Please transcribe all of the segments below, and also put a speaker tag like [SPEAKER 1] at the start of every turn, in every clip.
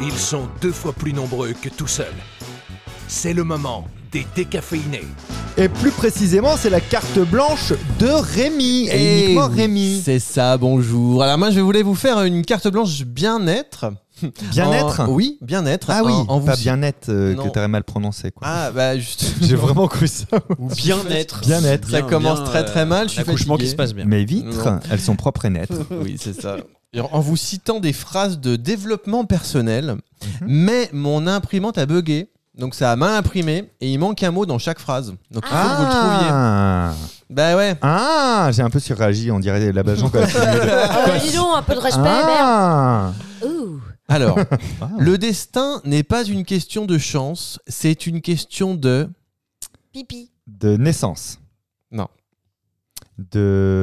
[SPEAKER 1] Ils sont deux fois plus nombreux que tout seul. C'est le moment des décaféinés.
[SPEAKER 2] Et plus précisément, c'est la carte blanche de Rémi. Et,
[SPEAKER 3] Eh
[SPEAKER 2] uniquement
[SPEAKER 3] oui,
[SPEAKER 2] Rémi.
[SPEAKER 3] C'est ça, bonjour. Alors moi, je voulais vous faire euh, une carte blanche bien-être.
[SPEAKER 2] Bien-être
[SPEAKER 3] En- Oui, bien-être.
[SPEAKER 2] Ah oui,
[SPEAKER 3] En- en vous-
[SPEAKER 2] pas bien net euh,
[SPEAKER 3] Non.
[SPEAKER 2] que t'aurais mal prononcé. Quoi.
[SPEAKER 3] Ah bah juste.
[SPEAKER 2] J'ai vraiment cru ça.
[SPEAKER 3] bien-être.
[SPEAKER 2] Bien-être.
[SPEAKER 3] Ça commence très, très mal, je suis
[SPEAKER 4] L'accouchement
[SPEAKER 3] fatigué.
[SPEAKER 4] qui se passe bien.
[SPEAKER 2] Mes vitres,
[SPEAKER 3] Non.
[SPEAKER 2] elles sont propres et nettes.
[SPEAKER 3] Oui, c'est ça. Et En vous citant des phrases de développement personnel,
[SPEAKER 2] Mhm.
[SPEAKER 3] mais mon imprimante a bugué. Donc ça a mal imprimé et il manque un mot dans chaque phrase. Donc il faut que vous le trouviez.
[SPEAKER 2] Ah,
[SPEAKER 3] Bah ouais.
[SPEAKER 2] ah j'ai un peu surréagi, on dirait la Bajon quand elle fait-
[SPEAKER 5] Euh, dis donc, un peu de respect, merde.
[SPEAKER 2] Ah,
[SPEAKER 5] Ouh.
[SPEAKER 3] Alors,
[SPEAKER 2] Wow.
[SPEAKER 3] le destin n'est pas une question de chance, c'est une question de
[SPEAKER 5] Pipi.
[SPEAKER 2] de naissance.
[SPEAKER 3] Non.
[SPEAKER 4] De,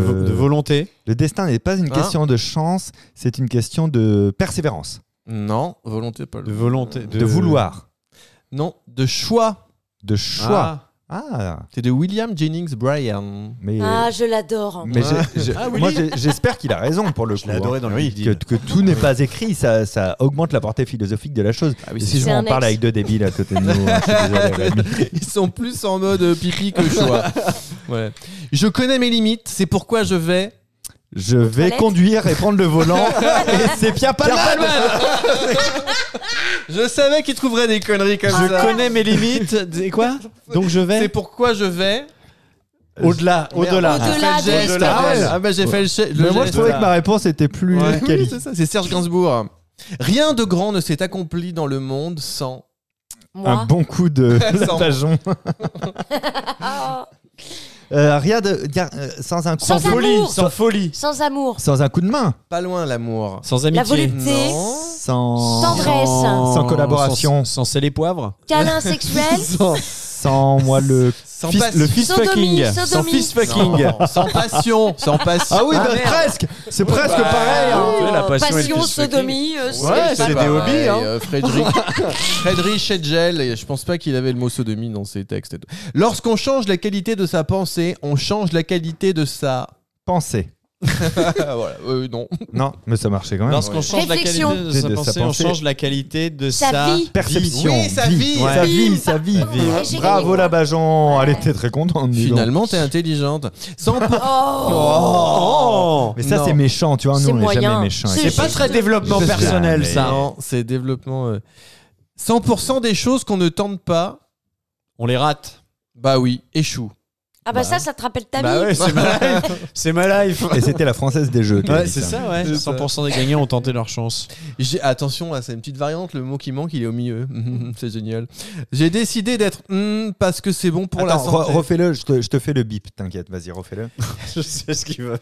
[SPEAKER 2] De,
[SPEAKER 4] vo- de volonté.
[SPEAKER 2] Le destin n'est pas
[SPEAKER 4] Ah.
[SPEAKER 2] une
[SPEAKER 3] Hein
[SPEAKER 2] question de chance, c'est une question de persévérance,
[SPEAKER 3] non, volonté Paul.
[SPEAKER 4] De volonté.
[SPEAKER 2] de, vouloir,
[SPEAKER 3] Non, de choix.
[SPEAKER 2] de choix.
[SPEAKER 4] Ah.
[SPEAKER 2] Ah,
[SPEAKER 3] C'est de William Jennings Bryan.
[SPEAKER 2] mais,
[SPEAKER 5] Ah, je l'adore.
[SPEAKER 2] mais
[SPEAKER 3] Ah.
[SPEAKER 2] j'ai- j'ai- moi j'ai- j'espère qu'il a raison pour le coup.
[SPEAKER 4] Je l'ai adoré
[SPEAKER 2] hein.
[SPEAKER 4] dans le
[SPEAKER 2] Que,
[SPEAKER 4] LinkedIn.
[SPEAKER 2] que tout n'est pas écrit, ça, ça augmente la portée philosophique de la chose.
[SPEAKER 3] Ah
[SPEAKER 2] Et si
[SPEAKER 5] c'est-
[SPEAKER 2] je
[SPEAKER 5] C'est
[SPEAKER 2] m'en
[SPEAKER 5] un
[SPEAKER 2] parle
[SPEAKER 5] ex.
[SPEAKER 2] avec deux débiles à côté de nous, hein, je suis désolé, Rémi.
[SPEAKER 3] Ils sont plus en mode euh, pipi que choix. Ouais. Je connais mes limites, c'est pourquoi je vais
[SPEAKER 2] Je vais
[SPEAKER 5] toilettes.
[SPEAKER 2] conduire et prendre le volant. et c'est Pierre Palman.
[SPEAKER 3] Je savais qu'il trouverait des conneries comme
[SPEAKER 4] Je
[SPEAKER 3] ça.
[SPEAKER 4] connais mes limites. Et quoi Donc je
[SPEAKER 3] C'est
[SPEAKER 4] vais
[SPEAKER 3] pourquoi je vais
[SPEAKER 4] au-delà. Au-delà.
[SPEAKER 5] Au-delà.
[SPEAKER 3] J'ai fait le geste.
[SPEAKER 4] Au-delà.
[SPEAKER 3] Ah, ouais.
[SPEAKER 4] Au-delà.
[SPEAKER 3] Ah bah j'ai fait le, che- le
[SPEAKER 2] Mais moi je
[SPEAKER 3] geste.
[SPEAKER 2] trouvais que ma réponse était plus
[SPEAKER 3] Ouais.
[SPEAKER 2] quali.
[SPEAKER 3] Oui, c'est ça, c'est Serge Gainsbourg. Rien de grand ne s'est accompli dans le monde sans.
[SPEAKER 2] Un
[SPEAKER 5] Moi.
[SPEAKER 2] bon coup de
[SPEAKER 3] Sans.
[SPEAKER 2] Bajon.
[SPEAKER 5] Ah,
[SPEAKER 2] Euh, rien de gar- euh, sans un coup
[SPEAKER 5] Sans
[SPEAKER 2] de
[SPEAKER 5] folie, amour.
[SPEAKER 4] Sans folie.
[SPEAKER 5] sans amour.
[SPEAKER 2] sans un coup de main,
[SPEAKER 3] Pas loin l'amour.
[SPEAKER 4] Sans
[SPEAKER 5] La
[SPEAKER 4] amitié.
[SPEAKER 5] volupté.
[SPEAKER 3] Non.
[SPEAKER 2] sans
[SPEAKER 5] Tendresse.
[SPEAKER 4] Sans,
[SPEAKER 2] Sans collaboration.
[SPEAKER 4] Sans, sans sel et poivre.
[SPEAKER 5] Câlin sexuel.
[SPEAKER 2] sans, sans, moi le
[SPEAKER 3] Sans
[SPEAKER 4] Fist-
[SPEAKER 3] passion.
[SPEAKER 4] le fist
[SPEAKER 5] Sodomie,
[SPEAKER 4] fucking. Sans
[SPEAKER 5] sodomie.
[SPEAKER 4] fist
[SPEAKER 3] Non,
[SPEAKER 4] fucking.
[SPEAKER 3] sans passion. Sans passion.
[SPEAKER 2] ah oui
[SPEAKER 3] bah,
[SPEAKER 2] bah, presque c'est presque
[SPEAKER 3] bah,
[SPEAKER 2] pareil hein.
[SPEAKER 4] Ouais, la passion et le fist fucking.
[SPEAKER 5] sodomie. euh, c'est-
[SPEAKER 4] Ouais, c'est des
[SPEAKER 3] pareil,
[SPEAKER 4] hobbies, hein.
[SPEAKER 3] euh, Frédéric, Frédéric Hedgel, et je pense pas qu'il avait le mot sodomie dans ses textes. et tout. Lorsqu'on change la qualité de sa pensée, on change la qualité de sa.
[SPEAKER 2] pensée
[SPEAKER 3] voilà, euh, non.
[SPEAKER 2] non mais ça marchait quand même
[SPEAKER 4] Lorsqu'on change la qualité
[SPEAKER 5] Réflexion.
[SPEAKER 4] de sa
[SPEAKER 2] De sa
[SPEAKER 4] pensée, on
[SPEAKER 2] pensée.
[SPEAKER 4] change la qualité de
[SPEAKER 5] Sa
[SPEAKER 4] sa,
[SPEAKER 5] vie.
[SPEAKER 2] perception
[SPEAKER 3] Oui, sa vie,
[SPEAKER 2] Ouais.
[SPEAKER 3] sa
[SPEAKER 2] sa
[SPEAKER 5] vie.
[SPEAKER 2] vie sa vie
[SPEAKER 5] Ouais, j'ai
[SPEAKER 2] bravo
[SPEAKER 5] gagné.
[SPEAKER 2] la Bajon elle était très contente dis donc. Oh.
[SPEAKER 3] Finalement, t'es intelligente. Sans pour-
[SPEAKER 4] Oh
[SPEAKER 2] mais ça
[SPEAKER 3] Non.
[SPEAKER 2] c'est méchant tu vois nous
[SPEAKER 5] C'est
[SPEAKER 2] on est
[SPEAKER 5] moyen.
[SPEAKER 2] jamais méchant
[SPEAKER 5] C'est pas très
[SPEAKER 4] développement
[SPEAKER 2] personnel, ça.
[SPEAKER 3] Non, hein. c'est développement. euh, 100% des choses qu'on ne tente pas,
[SPEAKER 4] On les rate.
[SPEAKER 3] bah oui, échouent.
[SPEAKER 5] Ah bah ça, ça te rappelle ta vie.
[SPEAKER 4] Bah ouais, c'est ma life. C'est ma life.
[SPEAKER 2] et c'était la française des jeux qui a
[SPEAKER 4] Ouais,
[SPEAKER 2] dit
[SPEAKER 4] c'est ça, ouais. 100% des gagnants ont tenté leur chance.
[SPEAKER 3] J'ai- Attention, là, c'est une petite variante. Le mot qui manque, il est au milieu. c'est génial. J'ai décidé d'être hmm, parce que c'est bon pour la
[SPEAKER 2] Attends, re-
[SPEAKER 3] santé.
[SPEAKER 2] refais-le, je te, je te fais le bip, t'inquiète, vas-y, refais-le.
[SPEAKER 4] Je sais ce qu'il veut.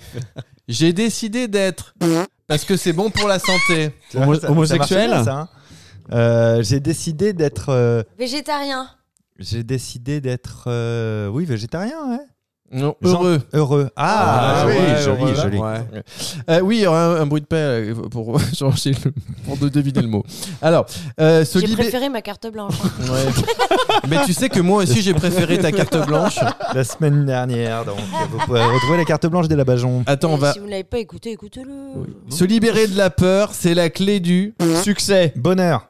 [SPEAKER 3] J'ai décidé d'être parce que c'est bon pour la santé.
[SPEAKER 4] Homo-
[SPEAKER 2] Ça- ça
[SPEAKER 4] homosexuel
[SPEAKER 2] marche pas, ça, hein. Euh, J'ai décidé d'être. euh,
[SPEAKER 5] Végétarien.
[SPEAKER 2] J'ai décidé d'être. euh, Oui, végétarien, ouais.
[SPEAKER 3] Non,
[SPEAKER 2] Gen-
[SPEAKER 3] heureux.
[SPEAKER 2] Heureux.
[SPEAKER 3] Ah,
[SPEAKER 2] Ah, joli,
[SPEAKER 3] ouais,
[SPEAKER 2] joli,
[SPEAKER 3] heureux,
[SPEAKER 2] joli.
[SPEAKER 4] Ouais.
[SPEAKER 3] Euh, oui, il y aura un, un bruit de paix euh, pour changer le- pour de deviner le mot. Alors, euh, se
[SPEAKER 5] J'ai
[SPEAKER 3] libé-
[SPEAKER 5] préféré ma carte blanche.
[SPEAKER 3] Ouais. Mais tu sais que moi aussi j'ai préféré ta carte blanche.
[SPEAKER 2] La semaine dernière, donc, vous pouvez retrouver la carte blanche des Labajon.
[SPEAKER 3] Attends, on
[SPEAKER 5] Et
[SPEAKER 3] va
[SPEAKER 5] Si vous ne l'avez pas écouté, écoutez-le.
[SPEAKER 3] se libérer de la peur, c'est la clé du
[SPEAKER 4] Succès.
[SPEAKER 2] Bonheur,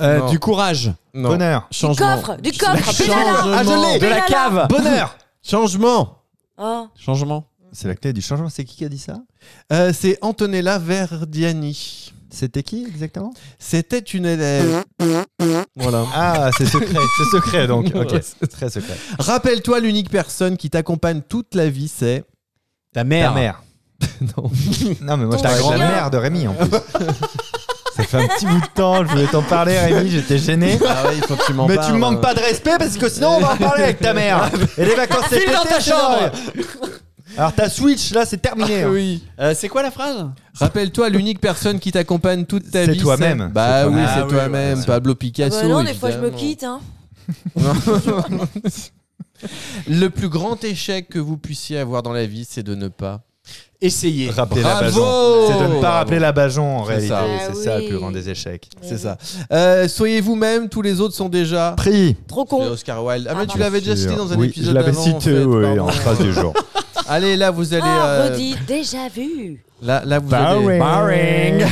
[SPEAKER 4] Euh,
[SPEAKER 3] Non.
[SPEAKER 4] du courage.
[SPEAKER 3] non.
[SPEAKER 2] bonheur,
[SPEAKER 5] Du
[SPEAKER 3] changement.
[SPEAKER 5] coffre, du coffre.
[SPEAKER 3] Changement.
[SPEAKER 5] pédale-la.
[SPEAKER 4] Ah,
[SPEAKER 3] Ah,
[SPEAKER 4] De la
[SPEAKER 5] Pédale-la.
[SPEAKER 4] cave.
[SPEAKER 2] bonheur.
[SPEAKER 3] Changement.
[SPEAKER 5] Oh.
[SPEAKER 4] Changement.
[SPEAKER 2] C'est la clé du changement. C'est qui qui a dit ça
[SPEAKER 3] Euh, c'est Antonella Verdiani.
[SPEAKER 2] C'était qui exactement
[SPEAKER 3] C'était une élève. Voilà.
[SPEAKER 2] Ah, c'est secret, c'est secret donc. Ok,
[SPEAKER 3] Ouais.
[SPEAKER 2] c'est très secret.
[SPEAKER 3] Rappelle-toi l'unique personne qui t'accompagne toute la vie, c'est
[SPEAKER 4] Ta mère.
[SPEAKER 2] Ta mère.
[SPEAKER 3] Non.
[SPEAKER 2] Non, mais moi,
[SPEAKER 5] Ton
[SPEAKER 2] j'étais la
[SPEAKER 5] chien.
[SPEAKER 2] grand-mère de Rémi en plus. Ça fait un petit bout de temps, je voulais t'en parler, Rémi, j'étais gêné.
[SPEAKER 3] Ah ouais, il faut que tu m'en
[SPEAKER 2] Mais
[SPEAKER 3] parles.
[SPEAKER 2] tu me manques pas de respect parce que sinon on va en parler avec ta mère. Et les vacances c'est
[SPEAKER 4] dans ta chambre.
[SPEAKER 2] Alors ta Switch là c'est terminé. hein.
[SPEAKER 3] Ah Oui.
[SPEAKER 4] Euh, c'est quoi la phrase
[SPEAKER 3] Rappelle-toi l'unique personne qui t'accompagne toute ta
[SPEAKER 2] C'est
[SPEAKER 3] vie.
[SPEAKER 2] toi-même.
[SPEAKER 3] Bah
[SPEAKER 2] C'est
[SPEAKER 3] oui,
[SPEAKER 2] toi-même.
[SPEAKER 3] c'est
[SPEAKER 4] Ah oui,
[SPEAKER 3] toi-même.
[SPEAKER 4] ouais.
[SPEAKER 3] Pablo
[SPEAKER 5] Ah
[SPEAKER 3] Picasso.
[SPEAKER 5] bah non, des fois je me
[SPEAKER 3] évidemment.
[SPEAKER 5] quitte. Hein.
[SPEAKER 3] Le plus grand échec que vous puissiez avoir dans la vie, c'est de ne pas.
[SPEAKER 4] Essayer.
[SPEAKER 2] Rappeler la Bajon.
[SPEAKER 3] Bravo
[SPEAKER 2] C'est de ne pas
[SPEAKER 3] Bravo.
[SPEAKER 2] rappeler la Bajon en
[SPEAKER 3] Oh. C'est
[SPEAKER 2] réalité.
[SPEAKER 3] ça.
[SPEAKER 5] Ah
[SPEAKER 2] C'est ça le
[SPEAKER 5] oui.
[SPEAKER 2] plus grand des échecs.
[SPEAKER 3] C'est ça. Euh, soyez vous-même, tous les autres sont déjà.
[SPEAKER 2] Prix.
[SPEAKER 5] Trop
[SPEAKER 3] C'est
[SPEAKER 5] con.
[SPEAKER 3] Oscar Wilde. Ah,
[SPEAKER 5] Ah,
[SPEAKER 3] mais tu
[SPEAKER 5] pardon.
[SPEAKER 3] l'avais déjà cité dans un
[SPEAKER 2] Oui,
[SPEAKER 3] épisode
[SPEAKER 2] Je l'avais
[SPEAKER 3] d'avant, en
[SPEAKER 2] cité
[SPEAKER 3] fait,
[SPEAKER 2] oui,
[SPEAKER 3] pardon.
[SPEAKER 2] en phrase du jour.
[SPEAKER 3] Allez, là, vous allez.
[SPEAKER 5] Ah,
[SPEAKER 3] euh,
[SPEAKER 5] redit, déjà vu.
[SPEAKER 3] là, là, vous allez Bah
[SPEAKER 2] Boring.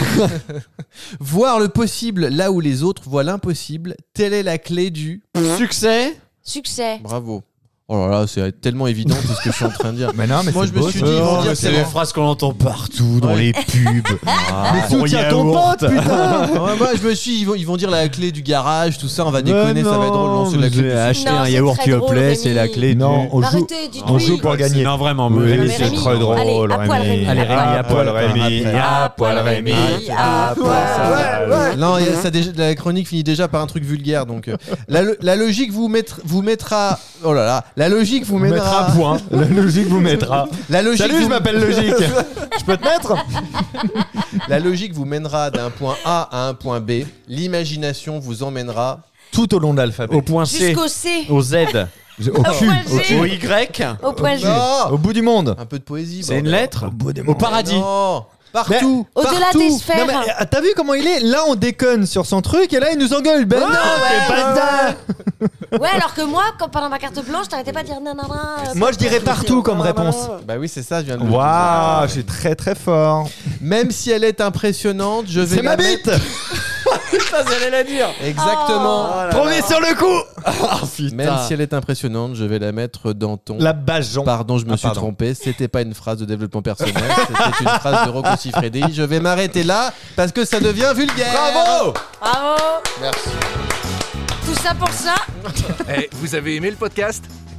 [SPEAKER 3] voir le possible là où les autres voient l'impossible. Telle est la clé du.
[SPEAKER 4] Succès
[SPEAKER 5] Succès.
[SPEAKER 3] Bravo. Oh là là, c'est tellement évident tout ce que je suis en train de dire.
[SPEAKER 2] Mais non, mais
[SPEAKER 3] Moi,
[SPEAKER 2] c'est
[SPEAKER 3] je me
[SPEAKER 2] beau,
[SPEAKER 3] suis
[SPEAKER 2] ça.
[SPEAKER 3] dit, ils vont
[SPEAKER 2] Oh,
[SPEAKER 3] dire,
[SPEAKER 2] mais
[SPEAKER 3] c'est bon.
[SPEAKER 2] phrase qu'on entend partout
[SPEAKER 3] Ouais.
[SPEAKER 2] les pubs.
[SPEAKER 3] Ah.
[SPEAKER 2] Pour yaourt.
[SPEAKER 3] putain Ouais, Moi, je me suis dit, ils vont, ils vont dire la clé du garage, tout ça, on va déconner, ça va être drôle. Non, c'est la clé du-
[SPEAKER 5] acheter un yaourt qui plaît, c'est la clé
[SPEAKER 2] Non, on joue,
[SPEAKER 5] Arrêtez, dites
[SPEAKER 2] on joue
[SPEAKER 5] oui.
[SPEAKER 2] pour gagner.
[SPEAKER 6] Non, vraiment,
[SPEAKER 2] Oui,
[SPEAKER 6] mauvais.
[SPEAKER 5] Rémi,
[SPEAKER 2] c'est
[SPEAKER 5] Rémi.
[SPEAKER 2] trop drôle,
[SPEAKER 5] Allez, à poil,
[SPEAKER 2] Rémi.
[SPEAKER 5] Rémi. Allez,
[SPEAKER 6] Rémi, à poil, Rémi.
[SPEAKER 2] À poil, Rémi.
[SPEAKER 5] À poil,
[SPEAKER 2] poil, Rémi.
[SPEAKER 3] Non, il y a- ça déjà- la chronique finit déjà par un truc vulgaire, donc euh, la, lo- la logique vous, mettra- vous mettra. Oh là là, la logique vous
[SPEAKER 2] Vous mettra
[SPEAKER 3] mènera.
[SPEAKER 2] à point. La logique vous mettra.
[SPEAKER 3] La logique,
[SPEAKER 2] Salut, je
[SPEAKER 3] vous,
[SPEAKER 2] m'appelle Logique. Je peux te mettre
[SPEAKER 3] la logique vous mènera d'un point A à un point B. L'imagination vous emmènera.
[SPEAKER 2] Tout au long de l'alphabet.
[SPEAKER 4] Au point C,
[SPEAKER 5] Jusqu'au C.
[SPEAKER 4] au Z,
[SPEAKER 2] Je- Au cul.
[SPEAKER 5] point G.
[SPEAKER 4] au Y,
[SPEAKER 5] Au point G.
[SPEAKER 3] Non
[SPEAKER 2] Au bout du monde.
[SPEAKER 3] Un peu de poésie.
[SPEAKER 4] c'est une
[SPEAKER 3] bordel.
[SPEAKER 4] lettre, au paradis.
[SPEAKER 3] Non Partout
[SPEAKER 5] Au-delà
[SPEAKER 2] Partout.
[SPEAKER 5] des sphères.
[SPEAKER 2] Non, mais, euh, T'as vu comment il est Là, on déconne sur son truc et là, il nous engueule. Ben non, t'es pas dingue.
[SPEAKER 5] Ouais, alors que moi, quand pendant ma carte blanche, t'arrêtais pas de dire nanana.
[SPEAKER 2] Moi, je dirais partout comme réponse.
[SPEAKER 3] Bah oui, c'est ça, je viens de le
[SPEAKER 2] Waouh, je suis très très fort.
[SPEAKER 3] dire. Même si elle est impressionnante, je vais.
[SPEAKER 2] C'est
[SPEAKER 3] la
[SPEAKER 2] ma
[SPEAKER 3] mettre-
[SPEAKER 2] bite
[SPEAKER 4] Ça, j'allais la dire.
[SPEAKER 3] Exactement
[SPEAKER 2] Premier sur le coup
[SPEAKER 3] Oh, Même si elle est impressionnante, je vais la mettre dans ton.
[SPEAKER 2] La bajon.
[SPEAKER 3] Pardon, je me
[SPEAKER 2] Ah,
[SPEAKER 3] suis
[SPEAKER 2] pardon.
[SPEAKER 3] trompé. C'était pas une phrase de développement personnel, c'était une phrase de Rocco Siffredi. Je vais m'arrêter là parce que ça devient vulgaire.
[SPEAKER 2] Bravo
[SPEAKER 5] Bravo.
[SPEAKER 3] Merci.
[SPEAKER 5] Tout ça pour ça.
[SPEAKER 1] Eh, vous avez aimé le podcast Eh